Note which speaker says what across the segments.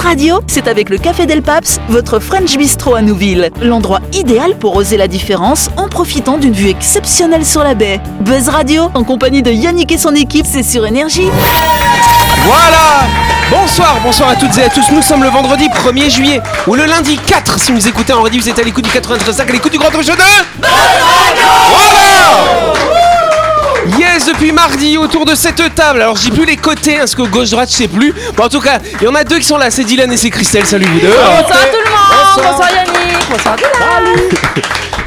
Speaker 1: radio, c'est avec le Café Del Paps, votre French Bistro à Nouville. L'endroit idéal pour oser la différence en profitant d'une vue exceptionnelle sur la baie. Buzz Radio, en compagnie de Yannick et son équipe, c'est sur Énergie.
Speaker 2: Voilà Bonsoir, bonsoir à toutes et à tous. Nous sommes le vendredi 1er juillet, ou le lundi 4, si vous écoutez en redit, vous êtes à l'écoute du 93.5, à l'écoute du Grand Truchot 2 Voilà Yes, depuis mardi, autour de cette table. Alors, je dis plus les côtés, hein, parce que gauche-droite, je sais plus. Bon, en tout cas, il y en a deux qui sont là, c'est Dylan et c'est Christelle. Salut vous deux
Speaker 3: Bonsoir tout le monde Bonsoir, Yannick Bonsoir Dylan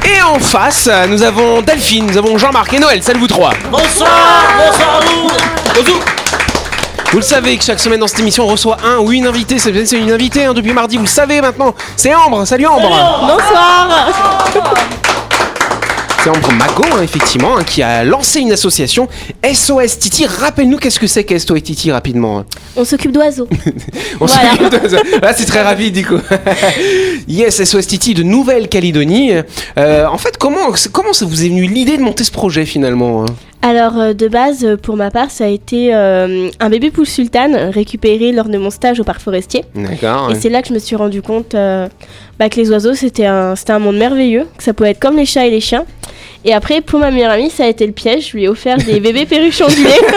Speaker 2: Et en face, euh, nous avons Delphine, nous avons Jean-Marc et Noël. Salut vous trois
Speaker 4: Bonsoir, bonsoir à vous.
Speaker 2: Vous le savez que chaque semaine dans cette émission, on reçoit un ou une invitée. C'est c'est une invitée hein, depuis mardi, vous le savez maintenant. C'est Ambre, salut Ambre
Speaker 3: Bonsoir
Speaker 2: C'est Ambre Mago, hein, effectivement, hein, qui a lancé une association SOS Titi. Rappelle-nous qu'est-ce que c'est que SOS Titi rapidement. hein.
Speaker 3: On s'occupe d'oiseaux.
Speaker 2: On
Speaker 3: Voilà.
Speaker 2: s'occupe de ça. Là, Ah, c'est très rapide du coup. yes, SOS Titi de Nouvelle-Calédonie. Euh, en fait, comment, comment ça vous est venu l'idée de monter ce projet finalement hein
Speaker 3: Alors euh, de base, euh, pour ma part, ça a été euh, un bébé poule sultane récupéré lors de mon stage au parc forestier.
Speaker 2: D'accord.
Speaker 3: Et c'est là que je me suis rendu compte euh, bah, que les oiseaux, c'était un, c'était un monde merveilleux, que ça pouvait être comme les chats et les chiens. Et après, pour ma meilleure amie, ça a été le piège. Je lui ai offert des bébés perruchons du lait.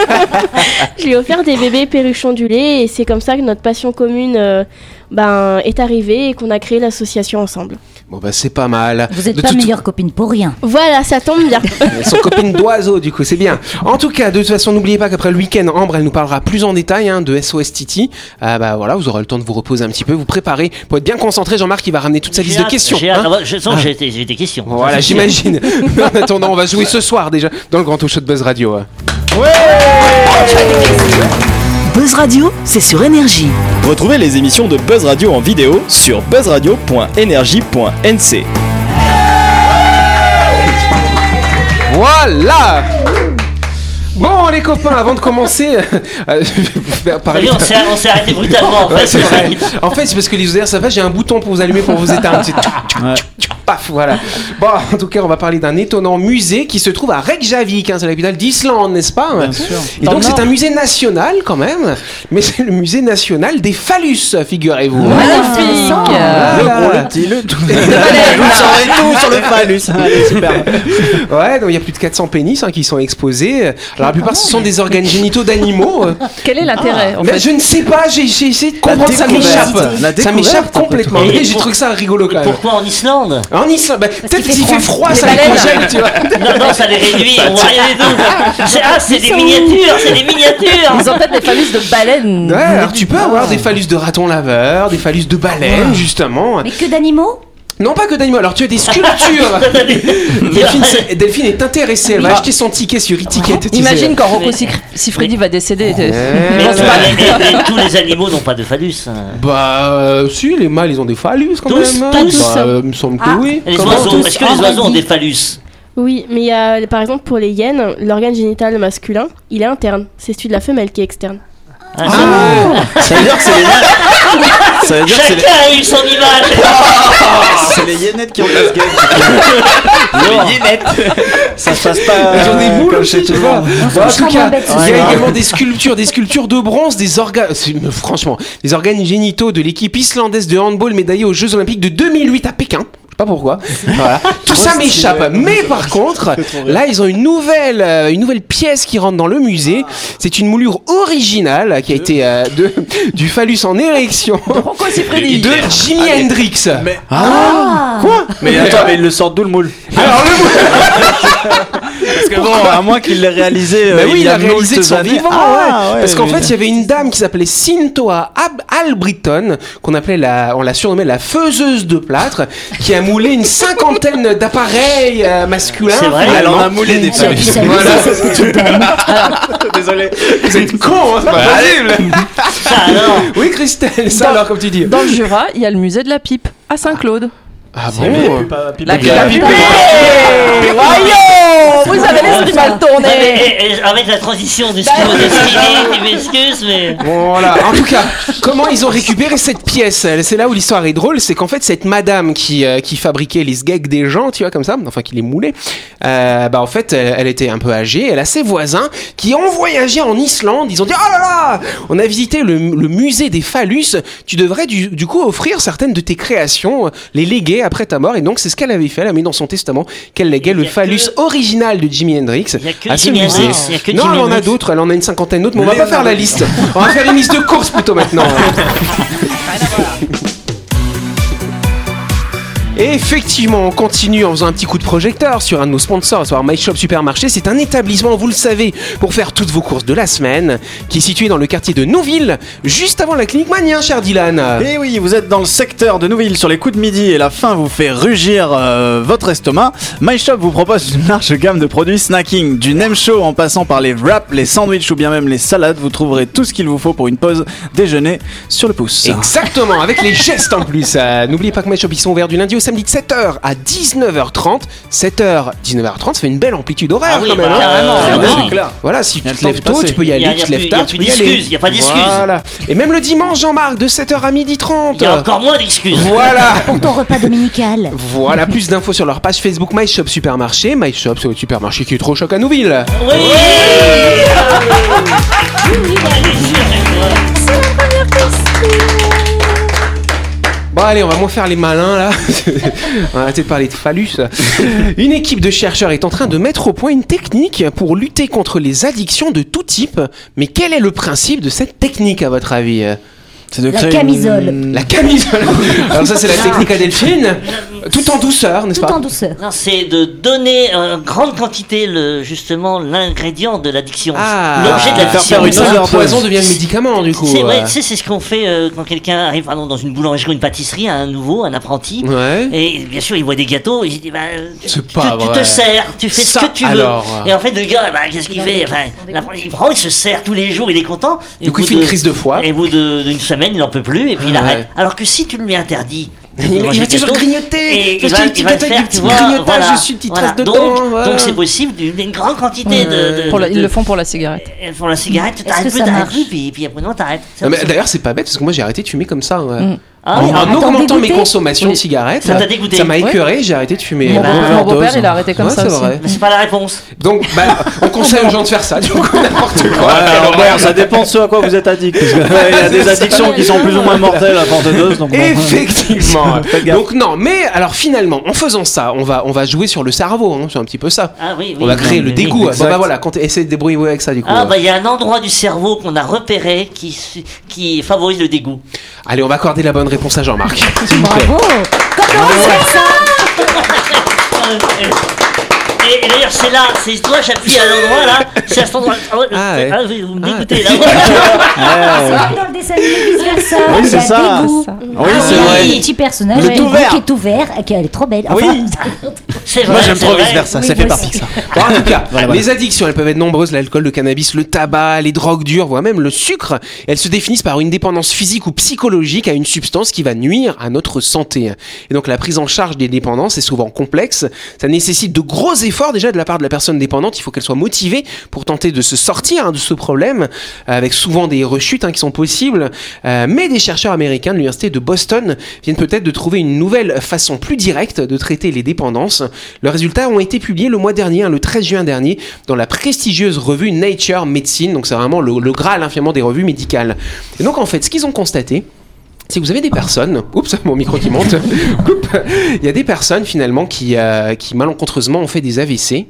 Speaker 3: je lui ai offert des bébés perruchons du lait et c'est comme ça que notre passion commune euh, ben, est arrivée et qu'on a créé l'association ensemble.
Speaker 2: Bon bah c'est pas mal.
Speaker 5: Vous êtes
Speaker 2: De
Speaker 5: pas
Speaker 2: toute-
Speaker 5: meilleure copine pour rien.
Speaker 3: Voilà, ça tombe bien.
Speaker 2: Elles sont copines d'oiseaux, du coup, c'est bien. En tout cas, de toute façon, n'oubliez pas qu'après le week-end, Ambre, elle nous parlera plus en détail hein, de SOS Titi. Ah bah voilà, vous aurez le temps de vous reposer un petit peu, vous préparer pour être bien concentré. Jean-Marc, il va ramener toute sa liste de questions.
Speaker 4: J'ai
Speaker 2: hein.
Speaker 4: hâte d'avoir- je sens que j'ai des- j'ai des questions.
Speaker 2: Voilà, j'imagine. Mais en attendant, on va jouer ce soir déjà dans le grand talk show de Buzz Radio. hein.
Speaker 1: Buzz Radio, c'est sur Énergie.
Speaker 6: Retrouvez les émissions de Buzz Radio en vidéo sur buzzradio.energie.nc.
Speaker 2: Voilà Bon, les copains, avant de commencer, euh, je vais vous faire
Speaker 4: Vous
Speaker 2: parler.
Speaker 4: savez, on s'est on s'est arrêté brutalement en
Speaker 2: Ouais,
Speaker 4: fait.
Speaker 2: c'est vrai. En fait, c'est parce que les usaires savent pas, j'ai un bouton pour vous allumer, pour vous éteindre. C'est tchou, tchou, tchou, tchou, paf, voilà. Bon, en tout cas, on va parler d'un étonnant musée qui se trouve à Reykjavik, hein, c'est la capitale d'Islande, n'est-ce pas Et donc, c'est un musée national quand même, mais c'est le musée national des phallus, figurez-vous.
Speaker 1: Ah.
Speaker 6: Ah
Speaker 7: Magnifique
Speaker 2: Voilà.
Speaker 6: sur
Speaker 2: Ah,
Speaker 6: le phallus.
Speaker 2: Ouais, donc il y a plus de 400 pénis hein, qui sont exposés. Alors,
Speaker 6: Ah,
Speaker 2: la plupart, ce sont des organes génitaux d'animaux. euh,
Speaker 7: Quel est l'intérêt en
Speaker 2: Mais
Speaker 7: fait
Speaker 2: je ne sais pas, j'ai j'ai essayé de comprendre, ça
Speaker 6: découverte.
Speaker 2: m'échappe.
Speaker 6: La
Speaker 2: Ça m'échappe
Speaker 6: découverte, après
Speaker 2: complètement.
Speaker 4: tout.
Speaker 2: Mais j'ai trouvé que ça rigolo quand même.
Speaker 4: Pourquoi en Islède
Speaker 2: En Islande, bah, peut-être
Speaker 5: qu'il
Speaker 2: qu'il
Speaker 5: fait
Speaker 2: fait froid, ça les
Speaker 7: baleines.
Speaker 2: congèle, tu vois.
Speaker 4: Non, non, ça les réduit, on voit rien du tout. C'est- Ah, c'est des miniatures, c'est des miniatures
Speaker 7: Ils ont peut-être des phallus de baleines.
Speaker 5: Mm.
Speaker 2: Ouais, alors tu peux avoir des phallus de ratons laveurs, des phallus de baleines, justement.
Speaker 5: Mais que d'animaux
Speaker 2: Ah. Non, pas que d'animaux, alors tu as des sculptures. Delphine, c'est- Delphine est intéressée, elle va acheter son ticket Eh, sur
Speaker 5: Ah,
Speaker 2: Etiquette.
Speaker 7: Imagine quand Rocco Sic- Siffredi va décéder. t'es-
Speaker 4: Mais
Speaker 2: Ouais.
Speaker 7: Pense pas.
Speaker 4: mais- mais- mais tous les animaux n'ont pas de phallus. hein.
Speaker 2: Bah, euh, si, les mâles, ils ont des phallus quand même.
Speaker 4: Tous, pas
Speaker 2: Bah,
Speaker 4: tous.
Speaker 2: euh, il me semble que
Speaker 5: Ah.
Speaker 2: oui.
Speaker 4: Et Les
Speaker 2: Comment
Speaker 4: oiseaux, est-ce que les oiseaux ont
Speaker 5: Henri.
Speaker 4: des phallus
Speaker 3: Oui, mais il y a, par exemple pour les hyènes, l'organe génital masculin, il est interne. C'est celui de la femelle qui est externe.
Speaker 4: Ah,
Speaker 6: Ça veut dire que c'est les, ça veut
Speaker 4: c'est-
Speaker 6: dire que c'est les-
Speaker 4: Chacun a eu son image
Speaker 6: c'est les yénettes qui ont la Les yénettes. Ça se passe pas.
Speaker 2: Ils ont des moules
Speaker 6: comme
Speaker 2: aussi,
Speaker 6: chez tout
Speaker 2: tu
Speaker 6: le
Speaker 2: vois.
Speaker 6: monde.
Speaker 2: Bon, Bah, en
Speaker 5: se
Speaker 2: tout cas,
Speaker 5: couchera moins bête ce
Speaker 2: il y a
Speaker 6: soir.
Speaker 2: également des sculptures, des sculptures de bronze, des organes, franchement, des organes génitaux de l'équipe islandaise de handball médaillée aux Jeux Olympiques de 2008 à Pékin. Je sais Pas pourquoi. Voilà. Tout ça m'échappe. Mais par contre, là, ils ont une nouvelle, euh, une nouvelle pièce qui rentre dans le musée. C'est une moulure originale qui a été euh, de, du phallus en érection
Speaker 7: Rocco Siffredi.
Speaker 2: de Jimi Hendrix.
Speaker 6: Mais-
Speaker 2: ah, quoi
Speaker 6: euh, Mais attends, mais ils le sortent d'où le moule
Speaker 2: Ah, Alors le moule-
Speaker 6: Parce que bon, à moins qu'il l'ait réalisé.
Speaker 2: Bah
Speaker 6: euh,
Speaker 2: oui, il
Speaker 6: y
Speaker 2: a
Speaker 6: moult
Speaker 2: réalisé de son
Speaker 6: années.
Speaker 2: vivant,
Speaker 6: Ah,
Speaker 2: ouais.
Speaker 6: ouais,
Speaker 2: Parce qu'en
Speaker 6: mais-
Speaker 2: fait, il y avait une dame qui s'appelait Cintoa Ab Albritton, qu'on appelait la, on la surnommait la faiseuse de plâtre, qui a moulé une cinquantaine d'appareils euh, masculins.
Speaker 4: C'est vrai
Speaker 6: Elle en
Speaker 2: Finalement.
Speaker 6: a moulé des
Speaker 5: Ça-
Speaker 6: phallus.
Speaker 5: ça-
Speaker 2: Voilà.
Speaker 5: ça- ça- ça-
Speaker 6: Désolé.
Speaker 2: Vous êtes con, hein, c'est pas possible.
Speaker 4: Ça alors
Speaker 2: Oui, Christelle, ça
Speaker 7: Bah, Dans-
Speaker 2: alors, comme tu dis.
Speaker 7: Dans le Jura, il y a le musée de la pipe à Saint-Claude.
Speaker 2: Ah bon
Speaker 7: La
Speaker 2: La pipée
Speaker 7: Vous avez l'esprit mal tourné.
Speaker 4: eh, Avec la transition du stylo de Stevie, tu m'excuses, mais.
Speaker 2: Voilà. En tout cas, comment ils ont récupéré cette pièce C'est là où l'histoire est drôle, c'est qu'en fait cette madame qui euh, qui fabriquait les gags des gens, tu vois comme ça, enfin qui les moulait, euh, bah en fait elle, elle était un peu âgée, elle a ses voisins qui ont voyagé en Islande, ils ont dit oh là là, on a visité le, le musée des phallus, tu devrais du, du coup offrir certaines de tes créations, euh, les léguer après ta mort, et donc c'est ce qu'elle avait fait, elle a mis dans son testament qu'elle léguait
Speaker 4: Il y a
Speaker 2: le phallus
Speaker 4: que-
Speaker 2: original de Jimi Hendrix
Speaker 4: Il y a que
Speaker 2: à ce
Speaker 4: Jimi
Speaker 2: musée.
Speaker 4: Hendrix, il y a que
Speaker 2: non,
Speaker 4: Jimi
Speaker 2: elle en a
Speaker 4: Hendrix.
Speaker 2: d'autres, elle en a une cinquantaine d'autres, mais on va
Speaker 6: Mais
Speaker 2: pas
Speaker 6: non,
Speaker 2: faire la
Speaker 6: mais-
Speaker 2: liste. On va faire une liste de courses plutôt maintenant. Et effectivement, on continue en faisant un petit coup de projecteur sur un de nos sponsors, sur My Shop Supermarché. C'est un établissement, vous le savez, pour faire toutes vos courses de la semaine, qui est situé dans le quartier de Nouville, juste avant la clinique Manien, cher Dylan.
Speaker 6: Et Eh oui, vous êtes dans le secteur de Nouville sur les coups de midi et la faim vous fait rugir euh, votre estomac. My Shop vous propose une large gamme de produits snacking. Du nem show en passant par les wraps, les sandwichs ou bien même les salades, vous trouverez tout ce qu'il vous faut pour une pause déjeuner sur le pouce.
Speaker 2: Exactement, avec les gestes en plus. Euh, N'oubliez pas que mes shops ils sont ouverts du lundi au samedi de 7h à 19h30. 7h, 19h30, ça fait une belle amplitude horaire
Speaker 4: Ah oui,
Speaker 2: quand même.
Speaker 4: bah,
Speaker 2: hein.
Speaker 4: carrément,
Speaker 2: Ah
Speaker 4: carrément.
Speaker 2: ouais, c'est clair. Voilà, si
Speaker 6: Y
Speaker 2: tu te
Speaker 6: a le temps
Speaker 2: lèves
Speaker 6: de
Speaker 2: tôt,
Speaker 6: passer.
Speaker 2: tu peux y
Speaker 4: Y a-
Speaker 2: aller.
Speaker 4: y a
Speaker 2: Tu te
Speaker 4: plus-
Speaker 2: lèves
Speaker 4: y a
Speaker 2: tard,
Speaker 4: plus
Speaker 2: tu peux y
Speaker 4: d'excuses,
Speaker 2: aller.
Speaker 4: y a pas d'excuses.
Speaker 2: Voilà. Et même le dimanche, Jean-Marc, de 7h à 12h30.
Speaker 4: Il y a encore moins d'excuses.
Speaker 2: Voilà.
Speaker 5: pour ton repas dominical.
Speaker 2: Voilà, plus d'infos sur leur page Facebook My Shop Supermarché. My Shop, c'est le supermarché qui est trop choc à Nouville.
Speaker 4: Oui
Speaker 2: Bon allez, on va moins faire les malins là. on va arrêter de parler de phallus. Une équipe de chercheurs est en train de mettre au point une technique pour lutter contre les addictions de tout type. Mais quel est le principe de cette technique à votre avis
Speaker 6: C'est de
Speaker 5: La
Speaker 6: créer une-
Speaker 5: camisole. Ah.
Speaker 2: La camisole Alors ça c'est la technique à Delphine. Tout en douceur, n'est-ce
Speaker 5: Tout
Speaker 2: pas
Speaker 5: en douceur.
Speaker 4: Non, c'est de donner en grande quantité le, justement l'ingrédient de l'addiction.
Speaker 2: Ah
Speaker 4: L'objet de
Speaker 6: faire
Speaker 4: l'addiction.
Speaker 6: faire une
Speaker 2: Ça, le
Speaker 6: overdose.
Speaker 2: poison devient le médicament du coup.
Speaker 4: C'est vrai,
Speaker 2: euh.
Speaker 4: tu sais, c'est ce qu'on fait euh, quand quelqu'un arrive pardon, dans une boulangerie ou une pâtisserie, un nouveau, un apprenti.
Speaker 2: Ouais.
Speaker 4: Et bien sûr, il voit des gâteaux, il se dit, bah, euh, tu,
Speaker 2: C'est
Speaker 4: tu-
Speaker 2: pas
Speaker 4: tu
Speaker 2: vrai.
Speaker 4: te sers, tu fais
Speaker 2: Ça,
Speaker 4: ce que tu veux.
Speaker 2: alors.
Speaker 4: Et en fait, le gars, bah, qu'est-ce qu'il fait Enfin, l'apprenti, Il prend, il se sert tous les jours, il est content. Et
Speaker 2: Du
Speaker 4: au
Speaker 2: coup, il
Speaker 4: bout
Speaker 2: fait une crise de foie.
Speaker 4: Et au bout de- d'une semaine, il n'en peut plus, et puis il
Speaker 2: Ouais.
Speaker 4: arrête. Alors que si tu lui interdis. de
Speaker 2: Il- il
Speaker 4: manger
Speaker 2: va
Speaker 4: des
Speaker 2: toujours
Speaker 4: gâteaux,
Speaker 2: grignoter.
Speaker 4: et
Speaker 2: Parce
Speaker 4: il
Speaker 2: qu'il y a
Speaker 4: va-
Speaker 2: des
Speaker 4: il va le
Speaker 2: petits
Speaker 4: faire,
Speaker 2: petits
Speaker 4: tu vois,
Speaker 2: grignotages
Speaker 4: voilà,
Speaker 2: dessus, une petite
Speaker 4: voilà.
Speaker 2: trace de
Speaker 4: donc,
Speaker 2: dents, voilà.
Speaker 4: Donc c'est possible d'une une grande quantité de, de-
Speaker 7: Pour la-
Speaker 4: de-
Speaker 7: ils le font pour la cigarette.
Speaker 4: Elles font la cigarette, tu
Speaker 5: Est-ce
Speaker 4: t'arrêtes
Speaker 5: que
Speaker 4: plus,
Speaker 5: ça
Speaker 4: t'arrêtes
Speaker 5: marche
Speaker 4: plus, puis, puis après non, t'arrêtes. C'est
Speaker 2: Non, mais
Speaker 4: comme ça.
Speaker 2: D'ailleurs, c'est pas bête parce que moi j'ai arrêté de fumer comme ça. ouais.
Speaker 7: Mm.
Speaker 4: Ah
Speaker 2: en,
Speaker 4: oui,
Speaker 2: en
Speaker 4: alors,
Speaker 5: attends,
Speaker 2: augmentant mes
Speaker 5: dégoûté.
Speaker 2: consommations de cigarettes,
Speaker 4: Ça t'a dégoûté.
Speaker 2: ça m'a écœuré, j'ai arrêté de fumer. euh,
Speaker 7: Mon
Speaker 4: bah,
Speaker 7: beau- mon
Speaker 4: overdose.
Speaker 7: beau-père, il a arrêté comme
Speaker 2: Ouais,
Speaker 7: ça
Speaker 2: c'est
Speaker 7: aussi.
Speaker 2: vrai.
Speaker 4: mais c'est pas la réponse.
Speaker 2: Donc, bah, on conseille aux gens de faire ça, du coup, n'importe
Speaker 6: Ouais,
Speaker 2: quoi.
Speaker 6: alors, bon, ça dépend ce à quoi vous êtes addict. Parce que, ouais, il y a des addictions qui sont plus ou moins mortelles à force de dose. Donc, bon.
Speaker 2: Effectivement.
Speaker 6: Faites gaffe.
Speaker 2: Donc non, mais alors finalement, en faisant ça, on va on va jouer sur le cerveau, hein, c'est un petit peu ça.
Speaker 4: Ah oui, oui.
Speaker 2: on va créer le
Speaker 4: oui,
Speaker 2: dégoût. hein.
Speaker 4: oui.
Speaker 2: Bon, bah voilà, quand essaye de débrouiller avec ça du coup.
Speaker 4: Ah bah il y a un endroit du cerveau qu'on a repéré qui, su- qui favorise le dégoût.
Speaker 2: Allez, on va accorder la bonne réponse à Jean-Marc. s'il vous plaît.
Speaker 5: Bravo. Quand on va se faire ça,
Speaker 4: Euh, Et, et d'ailleurs c'est là, c'est toi j'appuie à l'endroit là, c'est à cet endroit. Ah, ouais,
Speaker 2: Ah ouais.
Speaker 4: ah, vous me dégoûtez là.
Speaker 5: c'est comme dans le dessin animé vice versa.
Speaker 6: Oui, c'est
Speaker 5: Il y a
Speaker 6: ça.
Speaker 5: dégoût.
Speaker 7: Mmh.
Speaker 6: Oui, c'est
Speaker 5: Il y a
Speaker 6: vrai.
Speaker 5: un petit personnage
Speaker 6: Le
Speaker 5: qui
Speaker 6: tout
Speaker 5: est-
Speaker 6: vert.
Speaker 5: qui est tout vert, et qui elle est trop belle.
Speaker 6: Oui.
Speaker 4: C'est vrai.
Speaker 6: Moi, j'aime
Speaker 4: c'est
Speaker 6: trop
Speaker 4: vrai.
Speaker 6: vice-versa.
Speaker 5: Oui,
Speaker 6: Ça fait
Speaker 5: moi
Speaker 6: partie
Speaker 5: aussi.
Speaker 6: ça.
Speaker 2: Bon, en tout cas,
Speaker 6: Voilà, voilà.
Speaker 2: les addictions, elles peuvent être nombreuses l'alcool, le cannabis, le tabac, les drogues dures, voire même le sucre. Elles se définissent par une dépendance physique ou psychologique à une substance qui va nuire à notre santé. Et donc, la prise en charge des dépendances est souvent complexe. Ça nécessite de gros efforts déjà de la part de la personne dépendante. Il faut qu'elle soit motivée pour tenter de se sortir hein, de ce problème, euh, avec souvent des rechutes hein, qui sont possibles. Euh, mais des chercheurs américains de l'université de Boston viennent peut-être de trouver une nouvelle façon plus directe de traiter les dépendances. Leurs résultats ont été publiés le mois dernier, hein, le 13 juin dernier, dans la prestigieuse revue Nature Medicine. Donc c'est vraiment le, le graal hein, finalement des revues médicales. Et donc en fait, ce qu'ils ont constaté, c'est que vous avez des personnes, oups, mon micro qui monte, Oups. il y a des personnes finalement qui, euh, qui malencontreusement ont fait des AVC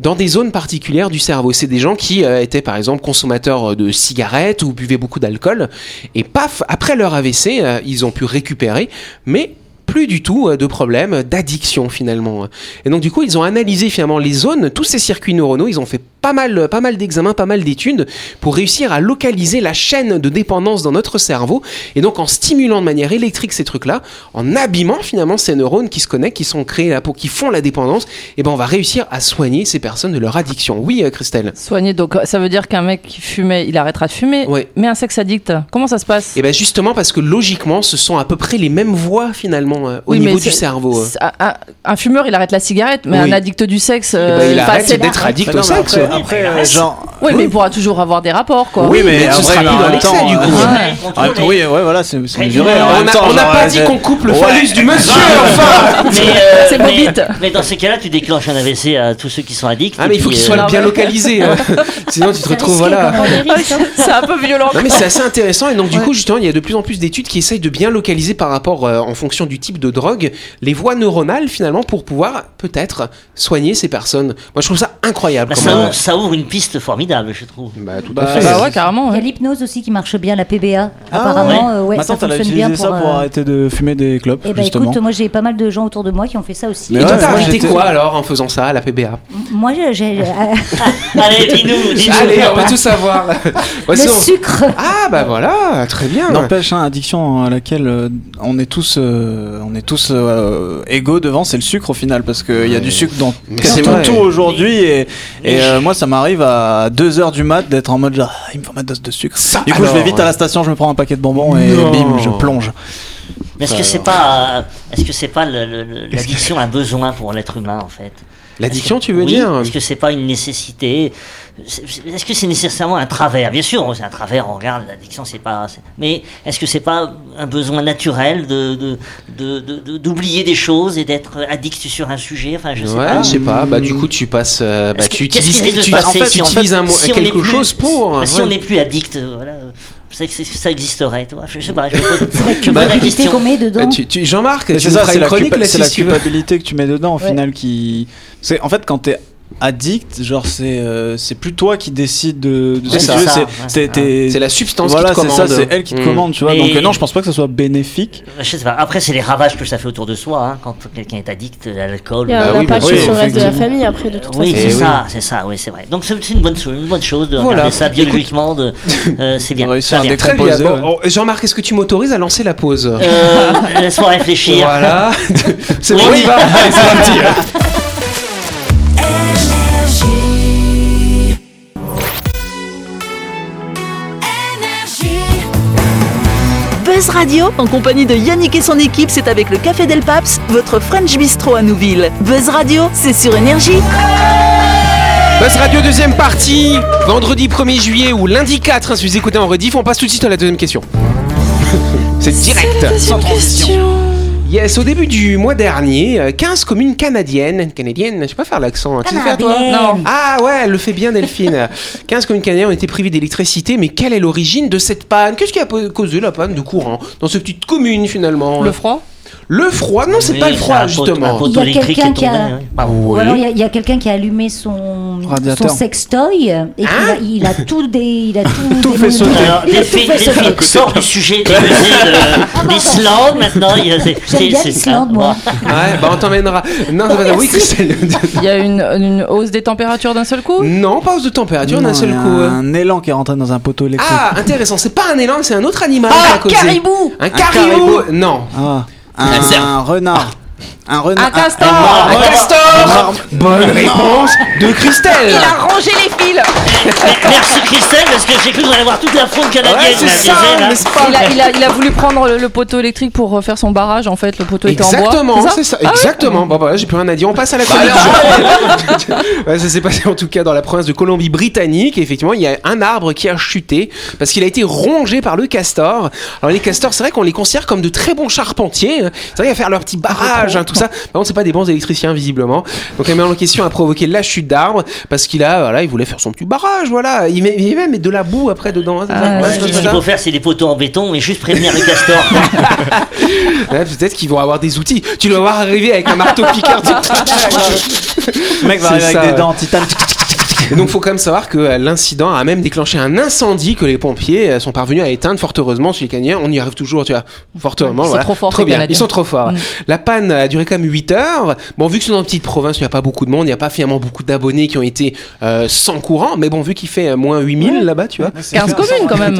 Speaker 2: dans des zones particulières du cerveau. C'est des gens qui euh, étaient par exemple consommateurs euh, de cigarettes ou buvaient beaucoup d'alcool, et paf, après leur AVC, euh, ils ont pu récupérer, mais plus du tout euh, de problème euh, d'addiction finalement. Et donc du coup, ils ont analysé finalement les zones, tous ces circuits neuronaux, ils ont fait pas mal, euh, pas mal d'examens, pas mal d'études pour réussir à localiser la chaîne de dépendance dans notre cerveau. Et donc en stimulant de manière électrique ces trucs-là, en abîmant finalement ces neurones qui se connectent, qui sont créés là pour, qui font la dépendance, et ben on va réussir à soigner ces personnes de leur addiction. Oui, euh, Christelle.
Speaker 7: Soigner, donc ça veut dire qu'un mec qui fumait, il arrêtera de fumer.
Speaker 2: Ouais.
Speaker 7: Mais un sexe addict, comment ça se passe
Speaker 2: Eh Et ben justement parce que logiquement, ce sont à peu près les mêmes voies finalement. directement euh, au
Speaker 7: Oui, mais
Speaker 2: niveau du
Speaker 7: c'est-
Speaker 2: cerveau. euh.
Speaker 7: C'est- un- Un, un fumeur, il arrête la cigarette, mais
Speaker 2: Oui.
Speaker 7: un addict du sexe,
Speaker 2: Eh ben,
Speaker 7: euh,
Speaker 2: il
Speaker 7: enfin,
Speaker 2: arrête
Speaker 7: c'est- Ah
Speaker 2: d'être addict au
Speaker 6: mais
Speaker 2: sexe.
Speaker 6: après, après, euh, genre.
Speaker 7: Oui, mais il pourra toujours avoir des rapports, quoi.
Speaker 6: Oui, mais
Speaker 2: Ah, mais
Speaker 6: en
Speaker 2: ce sera
Speaker 6: vrai,
Speaker 2: plus dans
Speaker 6: en même
Speaker 2: l'excès,
Speaker 6: temps.
Speaker 2: du coup. hein. Ah,
Speaker 6: euh,
Speaker 7: Ouais.
Speaker 6: en même temps, oui, ouais, voilà, c'est c'est mesuré.
Speaker 4: Mais
Speaker 6: en
Speaker 2: On
Speaker 6: même
Speaker 2: n'a
Speaker 6: temps, genre,
Speaker 2: pas
Speaker 6: euh,
Speaker 2: dit qu'on coupe le
Speaker 6: Ouais.
Speaker 2: phallus du monsieur, enfin
Speaker 4: Mais, euh,
Speaker 7: C'est
Speaker 4: mais-
Speaker 7: Bobit.
Speaker 4: mais dans ces cas-là, tu déclenches un AVC à tous ceux qui sont addicts.
Speaker 2: Ah,
Speaker 4: et
Speaker 2: mais il faut
Speaker 4: puis,
Speaker 2: qu'il
Speaker 4: euh,
Speaker 2: soit
Speaker 7: non,
Speaker 2: bien
Speaker 7: mais-
Speaker 2: localisé. hein. Sinon, tu te retrouves, voilà.
Speaker 7: c'est un peu violent.
Speaker 2: Non mais c'est assez intéressant et donc du coup justement il y a de plus en plus d'études qui essayent de bien localiser par rapport euh, en fonction du type de drogue les voies neuronales finalement pour pouvoir peut-être soigner ces personnes. Moi je trouve ça incroyable.
Speaker 4: bah,
Speaker 2: comme,
Speaker 4: ça,
Speaker 2: euh,
Speaker 4: ouvre, ça ouvre une piste formidable, je trouve.
Speaker 2: bah, tout
Speaker 6: Bah,
Speaker 2: à fait.
Speaker 7: Bah ouais, carrément.
Speaker 5: Il y a
Speaker 7: ouais.
Speaker 5: l'hypnose aussi qui marche bien, la PBA.
Speaker 6: Ah,
Speaker 5: Apparemment, euh, ouais,
Speaker 6: Maintenant,
Speaker 5: ça
Speaker 6: t'as
Speaker 5: fonctionne
Speaker 6: utilisé
Speaker 5: bien
Speaker 6: ça pour
Speaker 5: pour.
Speaker 6: arrêter de fumer des clopes,
Speaker 5: Et bah
Speaker 6: justement.
Speaker 5: écoute, moi j'ai pas mal de gens autour de moi qui ont fait ça aussi.
Speaker 6: Mais
Speaker 2: Et toi
Speaker 6: ouais,
Speaker 2: t'as
Speaker 6: moi,
Speaker 2: rajouté
Speaker 6: j'étais-
Speaker 2: quoi alors en faisant ça à la PBA
Speaker 5: Moi j'ai- j'ai.
Speaker 6: Ah,
Speaker 5: euh,
Speaker 4: Allez, dis-nous, dis-nous.
Speaker 2: Allez on va tout savoir.
Speaker 5: Le
Speaker 2: Voici, on-
Speaker 5: sucre
Speaker 2: Ah bah voilà très bien.
Speaker 6: N'empêche, hein, addiction à laquelle euh, on est tous, euh, on est tous euh, égaux devant, c'est le sucre au final, parce qu'il y a du sucre dans
Speaker 2: Mais c'est
Speaker 6: quasiment
Speaker 2: vrai.
Speaker 6: tout aujourd'hui, et, et euh, moi ça m'arrive à 2h du mat d'être en mode genre, Ah, il me faut ma dose de sucre.
Speaker 2: Ça,
Speaker 6: du coup, je vais
Speaker 2: alors,
Speaker 6: vite à la station, je me prends un paquet de bonbons et
Speaker 2: Non.
Speaker 6: bim, je plonge.
Speaker 4: Mais est-ce que c'est pas, euh, est-ce que c'est pas le- le- le- l'addiction un besoin pour l'être humain en fait
Speaker 2: L'addiction
Speaker 4: Est-ce
Speaker 2: tu
Speaker 4: que-
Speaker 2: veux
Speaker 4: oui,
Speaker 2: dire
Speaker 4: Est-ce que c'est pas une nécessité C'est- c'est- Est-ce que c'est nécessairement un travers Bien sûr, c'est un travers. On regarde l'addiction, c'est pas. c'est- Mais est-ce que c'est pas un besoin naturel de de- de- de- de- d'oublier des choses et d'être addict sur un sujet Enfin, je sais
Speaker 2: Ouais,
Speaker 4: pas.
Speaker 2: je sais pas. Bah du coup tu passes, euh, bah
Speaker 4: Est-ce que-
Speaker 2: tu
Speaker 4: qu'est-ce
Speaker 2: utilises,
Speaker 4: qui risque de
Speaker 2: tu,
Speaker 4: se passer
Speaker 2: en fait,
Speaker 4: si
Speaker 2: tu
Speaker 4: on-
Speaker 2: utilises un, mo-
Speaker 4: si on
Speaker 2: quelque
Speaker 4: n'est plus- bah,
Speaker 2: chose pour.
Speaker 4: Si
Speaker 2: ouais.
Speaker 4: on n'est plus addict, euh, voilà. euh, c'est que c'est- ça existerait, toi. Je sais pas. Je me pose- je me
Speaker 6: Ah,
Speaker 4: pose la
Speaker 5: culpabilité
Speaker 4: question.
Speaker 5: qu'on met
Speaker 2: Bah,
Speaker 5: dedans.
Speaker 2: tu, tu- Jean-Marc,
Speaker 6: Mais
Speaker 2: tu
Speaker 6: c'est
Speaker 2: nous
Speaker 6: ça,
Speaker 2: feras
Speaker 6: c'est
Speaker 2: une
Speaker 6: la,
Speaker 2: chronique
Speaker 6: culpa-
Speaker 2: là
Speaker 6: c'est
Speaker 2: si
Speaker 6: la
Speaker 2: tu veux.
Speaker 6: culpabilité que tu mets dedans au
Speaker 5: Ouais.
Speaker 6: final qui. c'est- En fait, quand t'es addict, genre c'est euh, c'est plus toi qui décide de, de
Speaker 4: Ouais,
Speaker 6: ce
Speaker 4: c'est
Speaker 6: que tu veux,
Speaker 4: ça,
Speaker 6: c'est-
Speaker 4: ouais,
Speaker 6: c'est-
Speaker 4: c'est ça.
Speaker 6: t'es-
Speaker 2: C'est la substance
Speaker 6: voilà,
Speaker 2: qui te
Speaker 6: c'est ça,
Speaker 2: commande.
Speaker 6: c'est elle qui te
Speaker 2: Mm.
Speaker 6: commande, tu vois.
Speaker 4: Mais-
Speaker 6: Donc euh, non, je pense pas que ça soit bénéfique.
Speaker 4: Je sais pas. Après, c'est les ravages que ça fait autour de soi. hein, quand quelqu'un est addict à l'alcool.
Speaker 3: Il y a
Speaker 2: Bah
Speaker 3: un
Speaker 2: oui,
Speaker 3: impact
Speaker 2: bah oui,
Speaker 3: sur le reste de la
Speaker 6: effectivement.
Speaker 3: famille après, de toute
Speaker 4: Oui,
Speaker 3: façon.
Speaker 4: c'est
Speaker 2: Et
Speaker 4: ça, c'est ça, oui, c'est vrai. Donc c'est c'est une bonne, chose- une bonne chose de
Speaker 2: Eh Voilà.
Speaker 4: regarder ça biologiquement, de, euh, c'est bien.
Speaker 6: On va réussir à
Speaker 4: Très bien.
Speaker 6: décrocher.
Speaker 2: Très bien.
Speaker 6: Composé,
Speaker 2: Bon,
Speaker 6: ouais.
Speaker 2: oh, Jean-Marc, est-ce que tu m'autorises à lancer la pause
Speaker 4: Euh, Laisse-moi réfléchir.
Speaker 2: Voilà. c'est bon,
Speaker 4: Oui.
Speaker 2: on y va. Allez, c'est parti.
Speaker 1: Buzz Radio, en compagnie de Yannick et son équipe, c'est avec le Café Del Paps, votre French Bistro à Nouville. Buzz Radio, c'est sur Énergie.
Speaker 2: Buzz Radio, deuxième partie. Vendredi 1er juillet ou lundi 4, hein, si vous écoutez en rediff, on passe tout de suite à la deuxième question. c'est direct. Sans transition. Yes, au début du mois dernier, euh, 15 communes canadiennes, canadiennes, je sais pas faire l'accent, hein. tu sais faire toi
Speaker 5: Canadienne.
Speaker 2: Ah ouais, elle le fait bien Delphine. 15 communes canadiennes ont été privées d'électricité, mais quelle est l'origine de cette panne Qu'est-ce qui a causé la panne de courant dans ces petites communes finalement
Speaker 7: Le froid
Speaker 2: Le froid Non, c'est
Speaker 4: Oui,
Speaker 2: pas le froid
Speaker 4: un poteau- un
Speaker 2: justement.
Speaker 4: poteau
Speaker 5: Il y a
Speaker 4: électrique
Speaker 5: quelqu'un
Speaker 4: est tombé,
Speaker 5: qui a-
Speaker 4: oui. Bah,
Speaker 5: Ou alors il y a- il y a, quelqu'un qui a allumé son, son
Speaker 6: Radiateur. Ah
Speaker 5: sextoy et puis il, a, il a tout des, il a tout, démonté.
Speaker 6: fait sauter.
Speaker 4: Alors,
Speaker 5: Il a tout
Speaker 4: Delphine,
Speaker 5: fait sauter.
Speaker 4: Delphine sort du sujet des musées de- d'Islande maintenant. il y a- c'est-
Speaker 5: J'aime
Speaker 4: c'est-
Speaker 5: bien
Speaker 4: c'est-
Speaker 5: l'Islande, moi.
Speaker 2: Ouais, bah on t'emmènera. Non, ça va- oui, Christelle.
Speaker 7: Il y a une, une hausse des températures d'un seul coup
Speaker 2: Non, pas hausse de température
Speaker 6: Non,
Speaker 2: d'un seul
Speaker 6: il y a
Speaker 2: coup. hein.
Speaker 6: Un élan qui est rentré dans un poteau électrique.
Speaker 2: Ah, intéressant, c'est pas un élan, c'est un autre animal. qui a
Speaker 7: Ah,
Speaker 2: causé. Un caribou
Speaker 6: caribou.
Speaker 2: Non.
Speaker 6: Ah, un, un renard. Un renard.
Speaker 7: Un castor
Speaker 2: Un castor Ah. Bonne réponse de Christelle
Speaker 7: rangé les fils
Speaker 4: Mais- Merci Christelle, parce que j'ai cru qu'on allait voir toute la faune
Speaker 2: Ouais,
Speaker 4: canadienne.
Speaker 2: c'est
Speaker 4: là,
Speaker 2: ça,
Speaker 4: biaisée, là.
Speaker 2: n'est-ce pas
Speaker 7: il a, il, a, il a voulu prendre le, le poteau électrique pour euh, faire son barrage. En fait, le poteau était en bois.
Speaker 2: Exactement, c'est ça, exactement. Bon, bah, j'ai plus rien à dire. On passe à la chronique. du jour. Ouais, ça s'est passé en tout cas dans la province de Colombie-Britannique. Effectivement, il y a un arbre qui a chuté parce qu'il a été rongé par le castor. Alors, les castors, c'est vrai qu'on les considère comme de très bons charpentiers. hein. C'est vrai qu'ils vont faire leur petit barrage, hein, tout ça. Par contre, c'est pas des bons électriciens, visiblement. Donc, la en question a provoqué la chute d'arbre parce qu'il a, voilà, il voulait faire son petit barrage, voilà. Il met, il met même de la boue après dedans. hein, c'est ça,
Speaker 4: Moi,
Speaker 2: ouais,
Speaker 4: je
Speaker 2: c'est
Speaker 4: dis ce qu'il
Speaker 2: ça.
Speaker 4: faut faire, c'est des poteaux en béton, mais juste prévenir le castor.
Speaker 5: Ah,
Speaker 2: Ouais, Peut-être qu'ils vont avoir des outils. Tu dois voir arriver avec un marteau piqueur.
Speaker 6: Le mec va
Speaker 2: C'est
Speaker 6: arriver
Speaker 2: ça,
Speaker 6: avec
Speaker 2: ouais.
Speaker 6: des dents en titane.
Speaker 2: Et donc, faut quand même savoir que euh, l'incident a même déclenché un incendie que les pompiers euh, sont parvenus à éteindre. Fort heureusement, chez les Canadiens, on y arrive toujours, tu vois. Fort heureusement,
Speaker 7: Ils sont
Speaker 2: voilà.
Speaker 7: trop forts,
Speaker 2: Très
Speaker 7: les
Speaker 2: bien.
Speaker 7: Canadiens.
Speaker 2: Ils sont trop forts.
Speaker 7: Mm.
Speaker 2: La panne a duré quand même 8 heures. Bon, vu que c'est dans une petite province, il n'y a pas beaucoup de monde, il n'y a pas finalement beaucoup d'abonnés qui ont été euh, sans courant. Mais bon, vu qu'il fait euh, moins 8000 là-bas, tu vois.
Speaker 7: 15 communes quand même.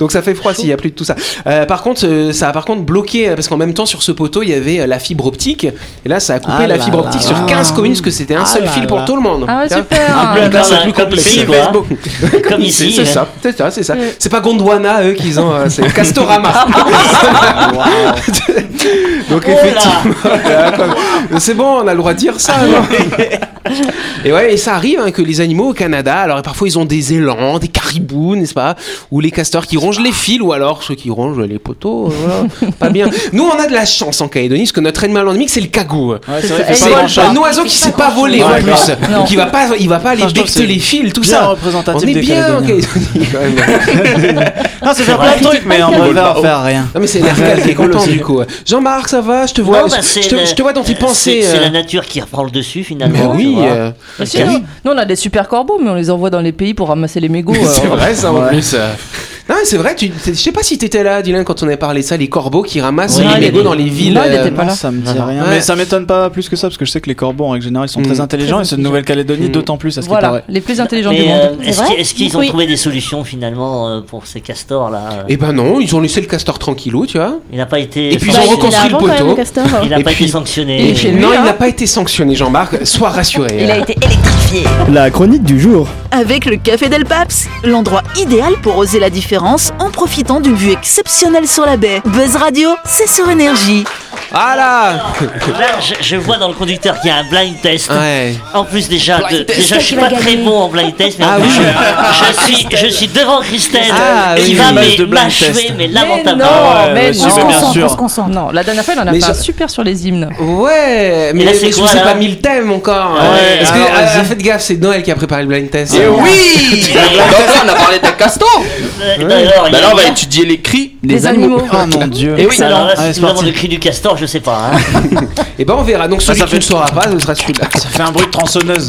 Speaker 2: Donc ça fait froid s'il n'y a plus de tout ça. Euh, par contre, euh, ça a par contre bloqué euh, parce qu'en même temps sur ce poteau il y avait euh, la fibre optique et là ça a coupé
Speaker 6: Ah
Speaker 2: la
Speaker 6: là
Speaker 2: fibre optique
Speaker 6: là
Speaker 2: sur
Speaker 6: là.
Speaker 2: 15 communes parce que c'était un
Speaker 6: Ah
Speaker 2: seul
Speaker 6: là
Speaker 2: fil pour
Speaker 6: là.
Speaker 2: tout le monde.
Speaker 7: Ah ouais,
Speaker 2: Tiens.
Speaker 7: super bien.
Speaker 4: peu
Speaker 2: là,
Speaker 4: comme,
Speaker 2: bah, c'est
Speaker 4: euh,
Speaker 2: plus
Speaker 4: comme
Speaker 2: complexe.
Speaker 4: ici,
Speaker 2: C'est
Speaker 4: quoi.
Speaker 2: Facebook.
Speaker 4: Comme ici.
Speaker 2: C'est
Speaker 6: hein.
Speaker 4: euh,
Speaker 2: ça, c'est ça, c'est ça. C'est pas Gondwana, eux, qu'ils ont, euh, c'est
Speaker 6: Ah,
Speaker 2: Castorama. Donc,
Speaker 4: Oh là
Speaker 2: effectivement, là, Euh, comme- c'est bon, on a le droit de dire
Speaker 6: Ah,
Speaker 2: ça. alors. et ouais, et ça arrive hein, que les animaux au Canada, alors parfois ils ont des élans, des caribous, n'est-ce pas Ou les castors qui rongent les fils, ou alors ceux qui rongent les poteaux, euh, voilà. pas bien. Nous, on a de la chance en Calédonie, parce que notre animal endémique, c'est le cagou.
Speaker 6: Ouais,
Speaker 7: C'est
Speaker 6: vrai, c'est
Speaker 7: ça.
Speaker 2: C'est
Speaker 7: vole
Speaker 2: un
Speaker 7: pas.
Speaker 2: oiseau qui sait pas voler en
Speaker 6: Ouais,
Speaker 2: plus.
Speaker 7: non.
Speaker 2: Donc il va pas, il va pas aller
Speaker 6: Enfin, je trouve
Speaker 2: becter
Speaker 6: que c'est
Speaker 2: les fils, tout
Speaker 6: bien
Speaker 2: ça. On
Speaker 6: représentatif
Speaker 2: est
Speaker 6: des
Speaker 2: bien en
Speaker 6: Calédoniens.
Speaker 2: Calédonie, quand même.
Speaker 6: Non, c'est faire
Speaker 4: vrai.
Speaker 6: plein de trucs, mais on
Speaker 8: Ils
Speaker 6: va
Speaker 8: volent
Speaker 6: faire rien.
Speaker 2: Non mais c'est Nergal qui est content du coup. Jean-Marc, ça va Je te vois.
Speaker 4: non, bah,
Speaker 2: je,
Speaker 4: c'est
Speaker 2: te,
Speaker 4: la-
Speaker 2: je te vois dans tes
Speaker 4: euh,
Speaker 2: pensées.
Speaker 4: C'est c'est
Speaker 2: euh.
Speaker 4: la nature qui reprend le dessus
Speaker 2: Mais
Speaker 4: finalement. tu
Speaker 2: oui.
Speaker 4: vois.
Speaker 2: euh,
Speaker 4: Parce
Speaker 7: Si,
Speaker 4: que-
Speaker 7: nous, nous, on a des super corbeaux, mais on les envoie dans les pays pour ramasser les mégots. euh,
Speaker 2: C'est
Speaker 7: on-
Speaker 2: vrai ça en plus. euh. Non mais c'est vrai. Tu, je sais pas si t'étais là, Dylan, quand on avait parlé de ça, les corbeaux qui ramassent
Speaker 4: Oui,
Speaker 2: les
Speaker 4: mais-
Speaker 2: mégots Ah, dans les villes.
Speaker 7: Non, il
Speaker 2: euh,
Speaker 7: était pas
Speaker 6: Non,
Speaker 7: là.
Speaker 6: ça me dit
Speaker 4: Non, non.
Speaker 6: rien.
Speaker 2: Ouais.
Speaker 6: Mais ça m'étonne pas plus que ça, parce que je sais que les corbeaux, en règle générale, ils sont
Speaker 2: Mm.
Speaker 6: très intelligents, et ceux de Nouvelle-Calédonie,
Speaker 2: Mm.
Speaker 6: d'autant plus, à ce qui
Speaker 7: Voilà,
Speaker 6: paraît.
Speaker 7: les plus intelligents du
Speaker 4: Mais
Speaker 7: monde.
Speaker 4: euh,
Speaker 5: C'est
Speaker 4: est-ce
Speaker 5: vrai
Speaker 4: qu'ils est-ce qu'ils ont
Speaker 3: Oui.
Speaker 4: trouvé des solutions finalement euh, pour ces castors là
Speaker 2: Eh ben non, ils ont laissé le castor tranquillou, tu vois.
Speaker 4: Il n'a pas été.
Speaker 2: Et puis ils
Speaker 3: Bah,
Speaker 2: ont
Speaker 3: il est
Speaker 2: reconstruit le
Speaker 3: avant, quand même,
Speaker 2: poteau.
Speaker 3: castor.
Speaker 4: Il n'a
Speaker 2: et
Speaker 4: pas
Speaker 2: puis-
Speaker 4: été sanctionné.
Speaker 7: Et chez lui,
Speaker 2: Non, il
Speaker 7: hein.
Speaker 2: n'a pas été sanctionné, Jean-Marc. Sois rassuré. hein.
Speaker 9: Il a été électrifié.
Speaker 8: La chronique du jour.
Speaker 1: Avec le Café Del Paps, l'endroit idéal pour oser la différence en profitant d'une vue exceptionnelle sur la baie. Buzz Radio, c'est sur énergie.
Speaker 2: Ah là.
Speaker 4: Là, je, je vois dans le conducteur qu'il y a un blind test.
Speaker 2: Ouais.
Speaker 4: En plus déjà,
Speaker 2: Blind
Speaker 4: de-
Speaker 2: test.
Speaker 4: déjà je suis
Speaker 5: Qui va
Speaker 4: pas très
Speaker 5: gagner
Speaker 4: bon en blind test, mais
Speaker 2: Ah
Speaker 4: en plus,
Speaker 2: oui.
Speaker 4: je, je suis, je suis devant Christelle
Speaker 2: Ah
Speaker 4: qui
Speaker 2: oui.
Speaker 4: va
Speaker 6: Une base
Speaker 4: mais
Speaker 6: de blind
Speaker 4: m'achever
Speaker 6: test.
Speaker 4: mais
Speaker 7: Mais
Speaker 4: lamentablement.
Speaker 7: non,
Speaker 6: Ouais,
Speaker 7: mais
Speaker 6: ouais,
Speaker 5: On
Speaker 6: si,
Speaker 5: se
Speaker 6: mais
Speaker 7: non.
Speaker 6: bien
Speaker 5: concentre,
Speaker 6: sûr.
Speaker 5: on se concentre.
Speaker 7: Non, la dernière fois, on en a
Speaker 2: Mais
Speaker 7: fait
Speaker 2: ça-
Speaker 7: un super sur les hymnes.
Speaker 2: Ouais, mais,
Speaker 4: là,
Speaker 2: mais
Speaker 4: c'est
Speaker 2: je
Speaker 4: quoi,
Speaker 2: vous ai
Speaker 4: là
Speaker 2: pas mis le thème encore.
Speaker 4: Ouais,
Speaker 2: Parce que,
Speaker 6: alors,
Speaker 2: ah,
Speaker 6: vas-y.
Speaker 2: faites gaffe, c'est Noël qui a préparé le blind test.
Speaker 8: Et
Speaker 2: Euh,
Speaker 8: oui Donc là, on a parlé d'un castor
Speaker 4: Euh, D'ailleurs, il y
Speaker 8: Bah
Speaker 4: a-
Speaker 8: là, on va étudier les cris des,
Speaker 7: Des
Speaker 8: animaux.
Speaker 7: animaux.
Speaker 6: Ah mon dieu.
Speaker 8: Et oui,
Speaker 4: Alors là,
Speaker 6: Allez,
Speaker 4: si
Speaker 6: c'est
Speaker 4: nous avons
Speaker 6: parti.
Speaker 4: le cri du castor, je sais pas. hein.
Speaker 2: Et ben on verra. Donc celui
Speaker 6: ça
Speaker 2: qui ne saura pas, ce sera celui-là.
Speaker 6: Ça fait un bruit de tronçonneuse.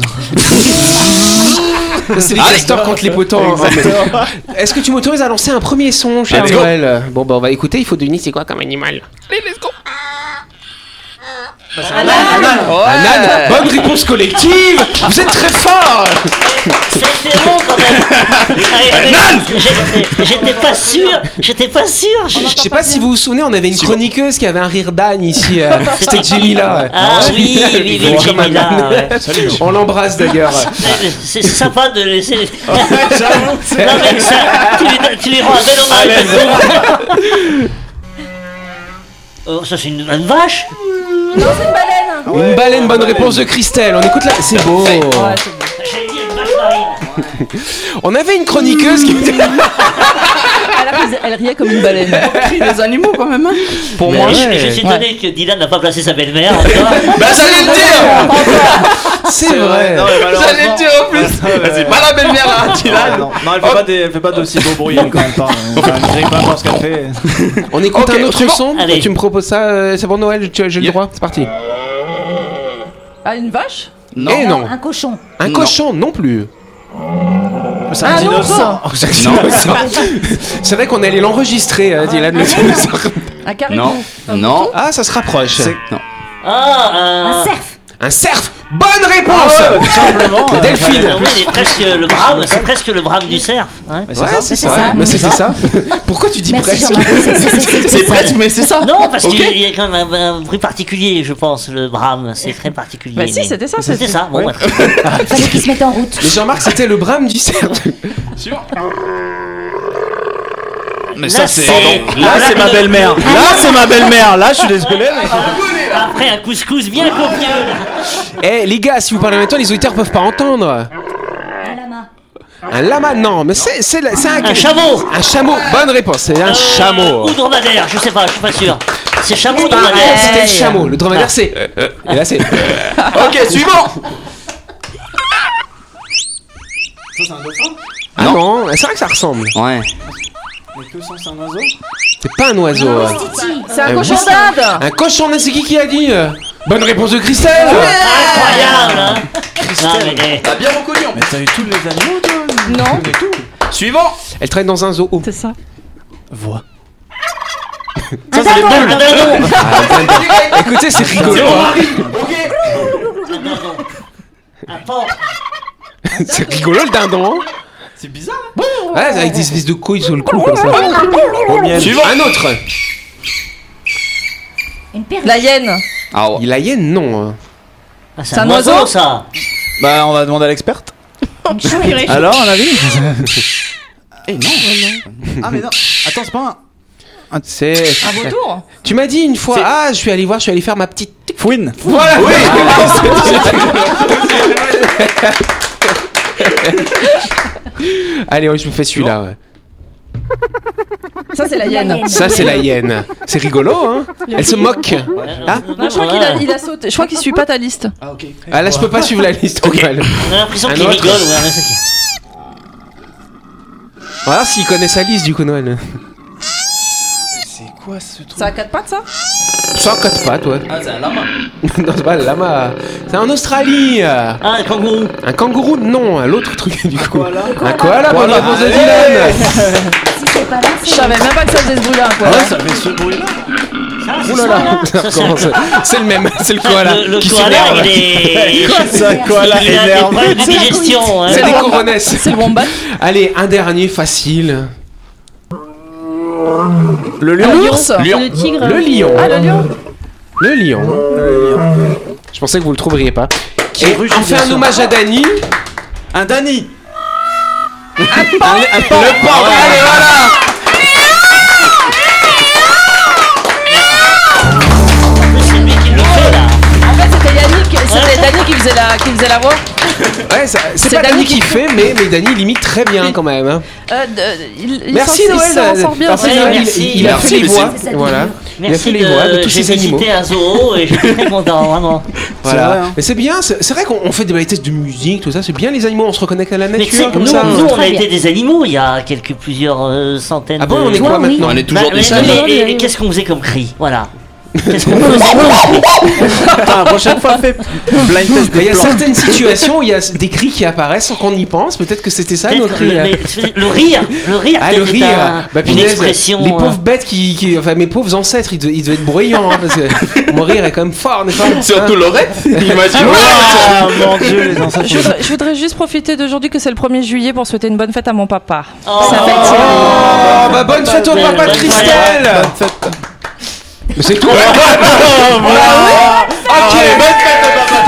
Speaker 2: C'est les castors contre Ah, les potents. Est-ce que tu m'autorises à lancer un premier son, cher
Speaker 8: Let's go.
Speaker 2: Noël Bon, bah on va écouter, il faut deviner c'est quoi comme animal. Allez, let's go
Speaker 8: Ah,
Speaker 2: Un âne. Un âne. Bonne réponse collective Vous êtes très fort
Speaker 4: C'était bon quand même. Allez, allez, j'étais- J'étais pas sûr, j'étais pas sûr. je-
Speaker 2: Je sais pas si vous vous souvenez, on avait une chroniqueuse qui avait un rire d'âne ici. euh, C'était Jemila.
Speaker 4: Ah oui, oui, oui,
Speaker 2: Bonjour,
Speaker 4: Jemila,
Speaker 2: madame.
Speaker 4: ouais.
Speaker 2: On l'embrasse d'ailleurs.
Speaker 4: Mais C'est c'est sympa de laisser. les- non mais ça, tu lui, tu lui rends un bel hommage. Oh, ça c'est une, une vache
Speaker 2: Une baleine, bonne réponse de Christelle. On écoute là. C'est beau.
Speaker 4: J'ai dit une vache marine.
Speaker 2: On avait une chroniqueuse qui.
Speaker 7: Ah, Elle, a- elle riait comme une baleine. les animaux, quand même.
Speaker 2: Pour moi,
Speaker 4: Et je, je suis étonné que Dylan n'a pas placé sa belle-mère encore.
Speaker 8: Bah, j'allais le dire
Speaker 2: c'est vrai.
Speaker 6: Non, mais
Speaker 8: J'allais le dire en plus Vas-y, pas la belle-mère là, tu l'as.
Speaker 6: non, elle fait pas des- elle fait pas d'aussi beau bruit quand elle parle. Malgré pas voir ce qu'elle fait.
Speaker 2: On écoute
Speaker 8: Ok,
Speaker 2: un autre
Speaker 8: suivant.
Speaker 2: son.
Speaker 4: Allez.
Speaker 2: Tu me proposes ça. euh, c'est bon Noël. tu- J'ai le
Speaker 8: Yeah.
Speaker 2: droit. C'est parti.
Speaker 7: Ah, une vache
Speaker 8: Non.
Speaker 2: Eh non.
Speaker 5: Un cochon.
Speaker 2: Un
Speaker 8: Non.
Speaker 2: cochon non plus.
Speaker 6: C'est un dinosaure.
Speaker 2: C'est vrai qu'on allait l'enregistrer, euh, Dylan.
Speaker 8: Ah
Speaker 2: le dinosaure.
Speaker 7: Un caribou
Speaker 8: Non. Non.
Speaker 2: Ah, ça se rapproche.
Speaker 8: Non.
Speaker 4: Ah,
Speaker 5: Un
Speaker 4: euh,
Speaker 5: cerf.
Speaker 2: Un cerf. Bonne réponse.
Speaker 4: euh,
Speaker 2: Delphine.
Speaker 4: oui, c'est presque le brame, c'est presque le brame du cerf. hein.
Speaker 2: Ouais, c'est
Speaker 5: c'est
Speaker 2: ça.
Speaker 5: ça.
Speaker 2: Mais c'était ça. Pourquoi tu dis
Speaker 5: Merci
Speaker 2: presque
Speaker 5: Jean-Marc. C'est- c'est- c'est-
Speaker 8: C'est presque, mais c'est ça
Speaker 4: Non, parce
Speaker 8: Ok.
Speaker 4: qu'il y a quand même un, un bruit particulier, je pense, le brame, c'est très particulier.
Speaker 7: Bah si,
Speaker 4: mais-
Speaker 7: c'était ça,
Speaker 4: C'était ça, bon, bah, très bien.
Speaker 5: Il fallait qu'il se mette en route.
Speaker 2: Mais Jean-Marc, c'était le brame du cerf.
Speaker 8: Mais
Speaker 4: Là,
Speaker 8: ça, c'est.
Speaker 6: Là, c'est ma belle-mère. Là, c'est ma belle-mère. Là, je suis désolé.
Speaker 4: Après un couscous bien copieux.
Speaker 2: Eh les gars, si vous parlez en même temps, les auditeurs peuvent pas entendre.
Speaker 5: Un lama.
Speaker 2: Un lama, non, mais c'est c'est la- c'est un,
Speaker 4: Un chameau.
Speaker 2: Un chameau, bonne réponse, c'est un
Speaker 4: Euh,
Speaker 2: chameau.
Speaker 4: Ou dromadaire, je sais pas, je suis pas sûr. C'est chameau ou
Speaker 2: Ah,
Speaker 4: dromadaire
Speaker 2: c'était le chameau, le dromadaire c'est. euh, euh, et là c'est.
Speaker 8: Ok, suivant
Speaker 2: Ah non, c'est vrai que ça ressemble.
Speaker 8: Ouais.
Speaker 2: C'est pas un oiseau. ouais.
Speaker 5: Titi.
Speaker 7: C'est un
Speaker 2: Euh,
Speaker 7: cochon
Speaker 2: oui.
Speaker 7: d'Inde
Speaker 2: Un cochon, mais c'est qui qui a dit euh Bonne réponse de Christelle
Speaker 4: Incroyable hein. Non, mais, eh,
Speaker 8: T'as bien reconnu en
Speaker 6: Mais t'as eu tous les animaux, toi
Speaker 7: Non,
Speaker 8: plus. Suivant
Speaker 2: Elle traîne dans un zoo.
Speaker 7: c'est ça.
Speaker 6: Vois.
Speaker 4: eh,
Speaker 5: Un dindon.
Speaker 4: un dindon.
Speaker 2: Écoutez, c'est rigolo. hein.
Speaker 4: Un dindon. Un porc. Ah,
Speaker 2: C'est rigolo le dindon. hein.
Speaker 6: C'est bizarre. hein.
Speaker 2: Ouais, avec des espèces de couilles sur le cou comme ça. Suivant. Un autre.
Speaker 5: Une perruque.
Speaker 7: La hyène
Speaker 8: Ah ouais.
Speaker 2: Il a hyène, non. hein.
Speaker 4: Ah,
Speaker 7: C'est un oiseau
Speaker 4: ça
Speaker 6: Bah, on va demander à l'experte. Alors, un avis Eh non. Ah mais non. Attends, c'est pas
Speaker 2: C'est.
Speaker 7: À vos tours
Speaker 2: Tu m'as dit une fois,
Speaker 6: C'est-
Speaker 2: ah, je suis allé voir, je suis allé faire ma petite.
Speaker 6: un fouine.
Speaker 2: Voilà. Oui. Allez, ouais, je vous fais celui-là. ouais.
Speaker 7: Ça, c'est la hyène.
Speaker 2: Ça, c'est la hyène. C'est rigolo, hein Elle se moque. Ah.
Speaker 7: Non, je crois qu'il a, il a sauté. Je crois qu'il suit pas ta liste.
Speaker 2: Ah là, je peux pas suivre la liste. Ok.
Speaker 4: On a l'impression
Speaker 2: Un
Speaker 4: qu'il
Speaker 2: autre.
Speaker 4: rigole. ouais, c'est qui-
Speaker 2: Voilà s'il connaît sa liste du coup Noël.
Speaker 8: C'est quoi ce truc
Speaker 7: Ça a quatre pattes, ça
Speaker 2: Ça quatre pattes, ouais.
Speaker 8: Ah, c'est un lama.
Speaker 2: non, c'est pas le lama. C'est en Australie. euh.
Speaker 4: Ah, un kangourou.
Speaker 2: Un kangourou, non, un l'autre truc du coup. Un
Speaker 5: Voilà.
Speaker 2: koala, bonne réponse de Dylan.
Speaker 5: Si c'est pas là,
Speaker 7: Je
Speaker 5: c'est
Speaker 7: savais même pas que ça faisait ce bruit-là. quoi.
Speaker 6: Ouais, ça fait ce bruit-là.
Speaker 4: Ah, c'est
Speaker 2: Ouh là
Speaker 4: ça,
Speaker 2: là.
Speaker 4: Ça, c'est un-
Speaker 2: Comment ça C'est le même, c'est le koala.
Speaker 4: Le, le
Speaker 2: qui
Speaker 4: koala,
Speaker 2: s'énerve.
Speaker 4: il est.
Speaker 6: Ça, koala
Speaker 4: il a des
Speaker 6: énervé.
Speaker 4: problèmes de digestion. hein.
Speaker 2: C'est des
Speaker 7: le wombat.
Speaker 2: coronesses.
Speaker 7: C'est bah. le wombat.
Speaker 2: Allez, un dernier facile.
Speaker 6: Le lion.
Speaker 7: L'ours.
Speaker 3: Le tigre.
Speaker 2: Le lion.
Speaker 7: Ah, le lion.
Speaker 2: Le lion. Je pensais que vous le trouveriez pas. Et
Speaker 6: rugit,
Speaker 2: on fait
Speaker 6: bien
Speaker 2: un
Speaker 6: sûr.
Speaker 2: hommage à Dany.
Speaker 6: Un Dany.
Speaker 2: Ah, Le porc. Allez, voilà.
Speaker 4: C'est lui qui le fait là.
Speaker 7: En fait, c'était Yannick, c'était Dany qui faisait la, qui faisait la voix.
Speaker 2: Ouais, ça- c'est
Speaker 7: C'est
Speaker 2: pas Dany
Speaker 7: Dany
Speaker 2: qui fait, mais, mais Dany limite très bien quand même. hein.
Speaker 7: Euh, de- il, il
Speaker 2: Merci
Speaker 7: s'en- il
Speaker 2: Noël.
Speaker 7: s'en sort bien.
Speaker 2: Merci
Speaker 4: Ouais,
Speaker 2: Noël. Il-
Speaker 4: merci.
Speaker 2: Il, a fait les
Speaker 6: Merci,
Speaker 2: voix.
Speaker 5: c'est ça, c'est
Speaker 2: Voilà.
Speaker 5: bien.
Speaker 2: Il a fait
Speaker 4: Merci
Speaker 2: les voix de tous
Speaker 4: j'ai
Speaker 2: ces animaux.
Speaker 4: visité un zoo et je suis très content, vraiment.
Speaker 2: Voilà.
Speaker 6: vrai, hein.
Speaker 2: Mais c'est bien, c'est c'est vrai qu'on on fait des tests de musique, tout ça, c'est bien les animaux, on se reconnecte à la
Speaker 4: Mais tu sais,
Speaker 2: nature
Speaker 4: nous,
Speaker 2: comme ça. hein.
Speaker 4: nous, on a
Speaker 5: Très
Speaker 4: été
Speaker 5: bien.
Speaker 4: des animaux il y a quelques plusieurs euh, centaines
Speaker 2: Ah bon,
Speaker 4: de-
Speaker 2: on est
Speaker 5: Toi,
Speaker 2: quoi
Speaker 5: oui.
Speaker 2: maintenant
Speaker 8: On est
Speaker 4: Bah,
Speaker 8: toujours
Speaker 4: mais-
Speaker 8: des sages.
Speaker 4: mais-
Speaker 7: Non,
Speaker 4: et-
Speaker 7: mais-
Speaker 4: et qu'est-ce qu'on faisait comme cri Voilà. Qu'est-ce qu'on faisait
Speaker 6: Ah, prochaine fois, fais blind test
Speaker 2: Mais Il y a
Speaker 6: des plantes.
Speaker 2: certaines situations où il y a des cris qui apparaissent sans qu'on y pense, peut-être que c'était ça nos
Speaker 4: Peut-être
Speaker 2: cris.
Speaker 4: le,
Speaker 2: hein.
Speaker 4: mais- le rire, le rire,
Speaker 2: Ah le
Speaker 4: peut-être, est
Speaker 2: rire,
Speaker 4: un-
Speaker 2: bah
Speaker 4: une
Speaker 2: punaise,
Speaker 4: expression.
Speaker 2: les
Speaker 4: euh,
Speaker 2: pauvres bêtes qui, qui- enfin mes pauvres ancêtres, ils devaient, ils devaient être bruyants, hein, parce que mon rire est quand même fort, n'est-ce pas
Speaker 8: Surtout Lorette. Imagine.
Speaker 6: Ah mon dieu, les enfants.
Speaker 7: Je voudrais, je voudrais juste profiter d'aujourd'hui que c'est le 1er juillet pour souhaiter une bonne fête à mon papa.
Speaker 4: oh,
Speaker 7: Ça fait-
Speaker 2: Oh, bah bonne fête au
Speaker 4: Bonne
Speaker 2: papa de
Speaker 4: fête. Ah,
Speaker 2: Christelle C'est Ah, tout Ok,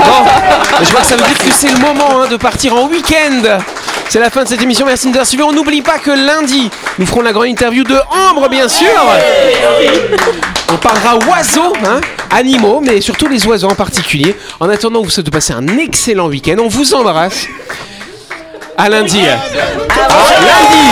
Speaker 2: Bon, je vois que ça veut dire que c'est le moment hein, de partir en week-end. C'est la fin de cette émission. Merci de nous avoir suivis. On n'oublie pas que lundi, nous ferons la grande interview de Ambre, bien sûr. On parlera oiseaux, hein, animaux, mais surtout les oiseaux en particulier. En attendant, on vous souhaite de passer un excellent week-end. On vous embrasse. À lundi. À lundi.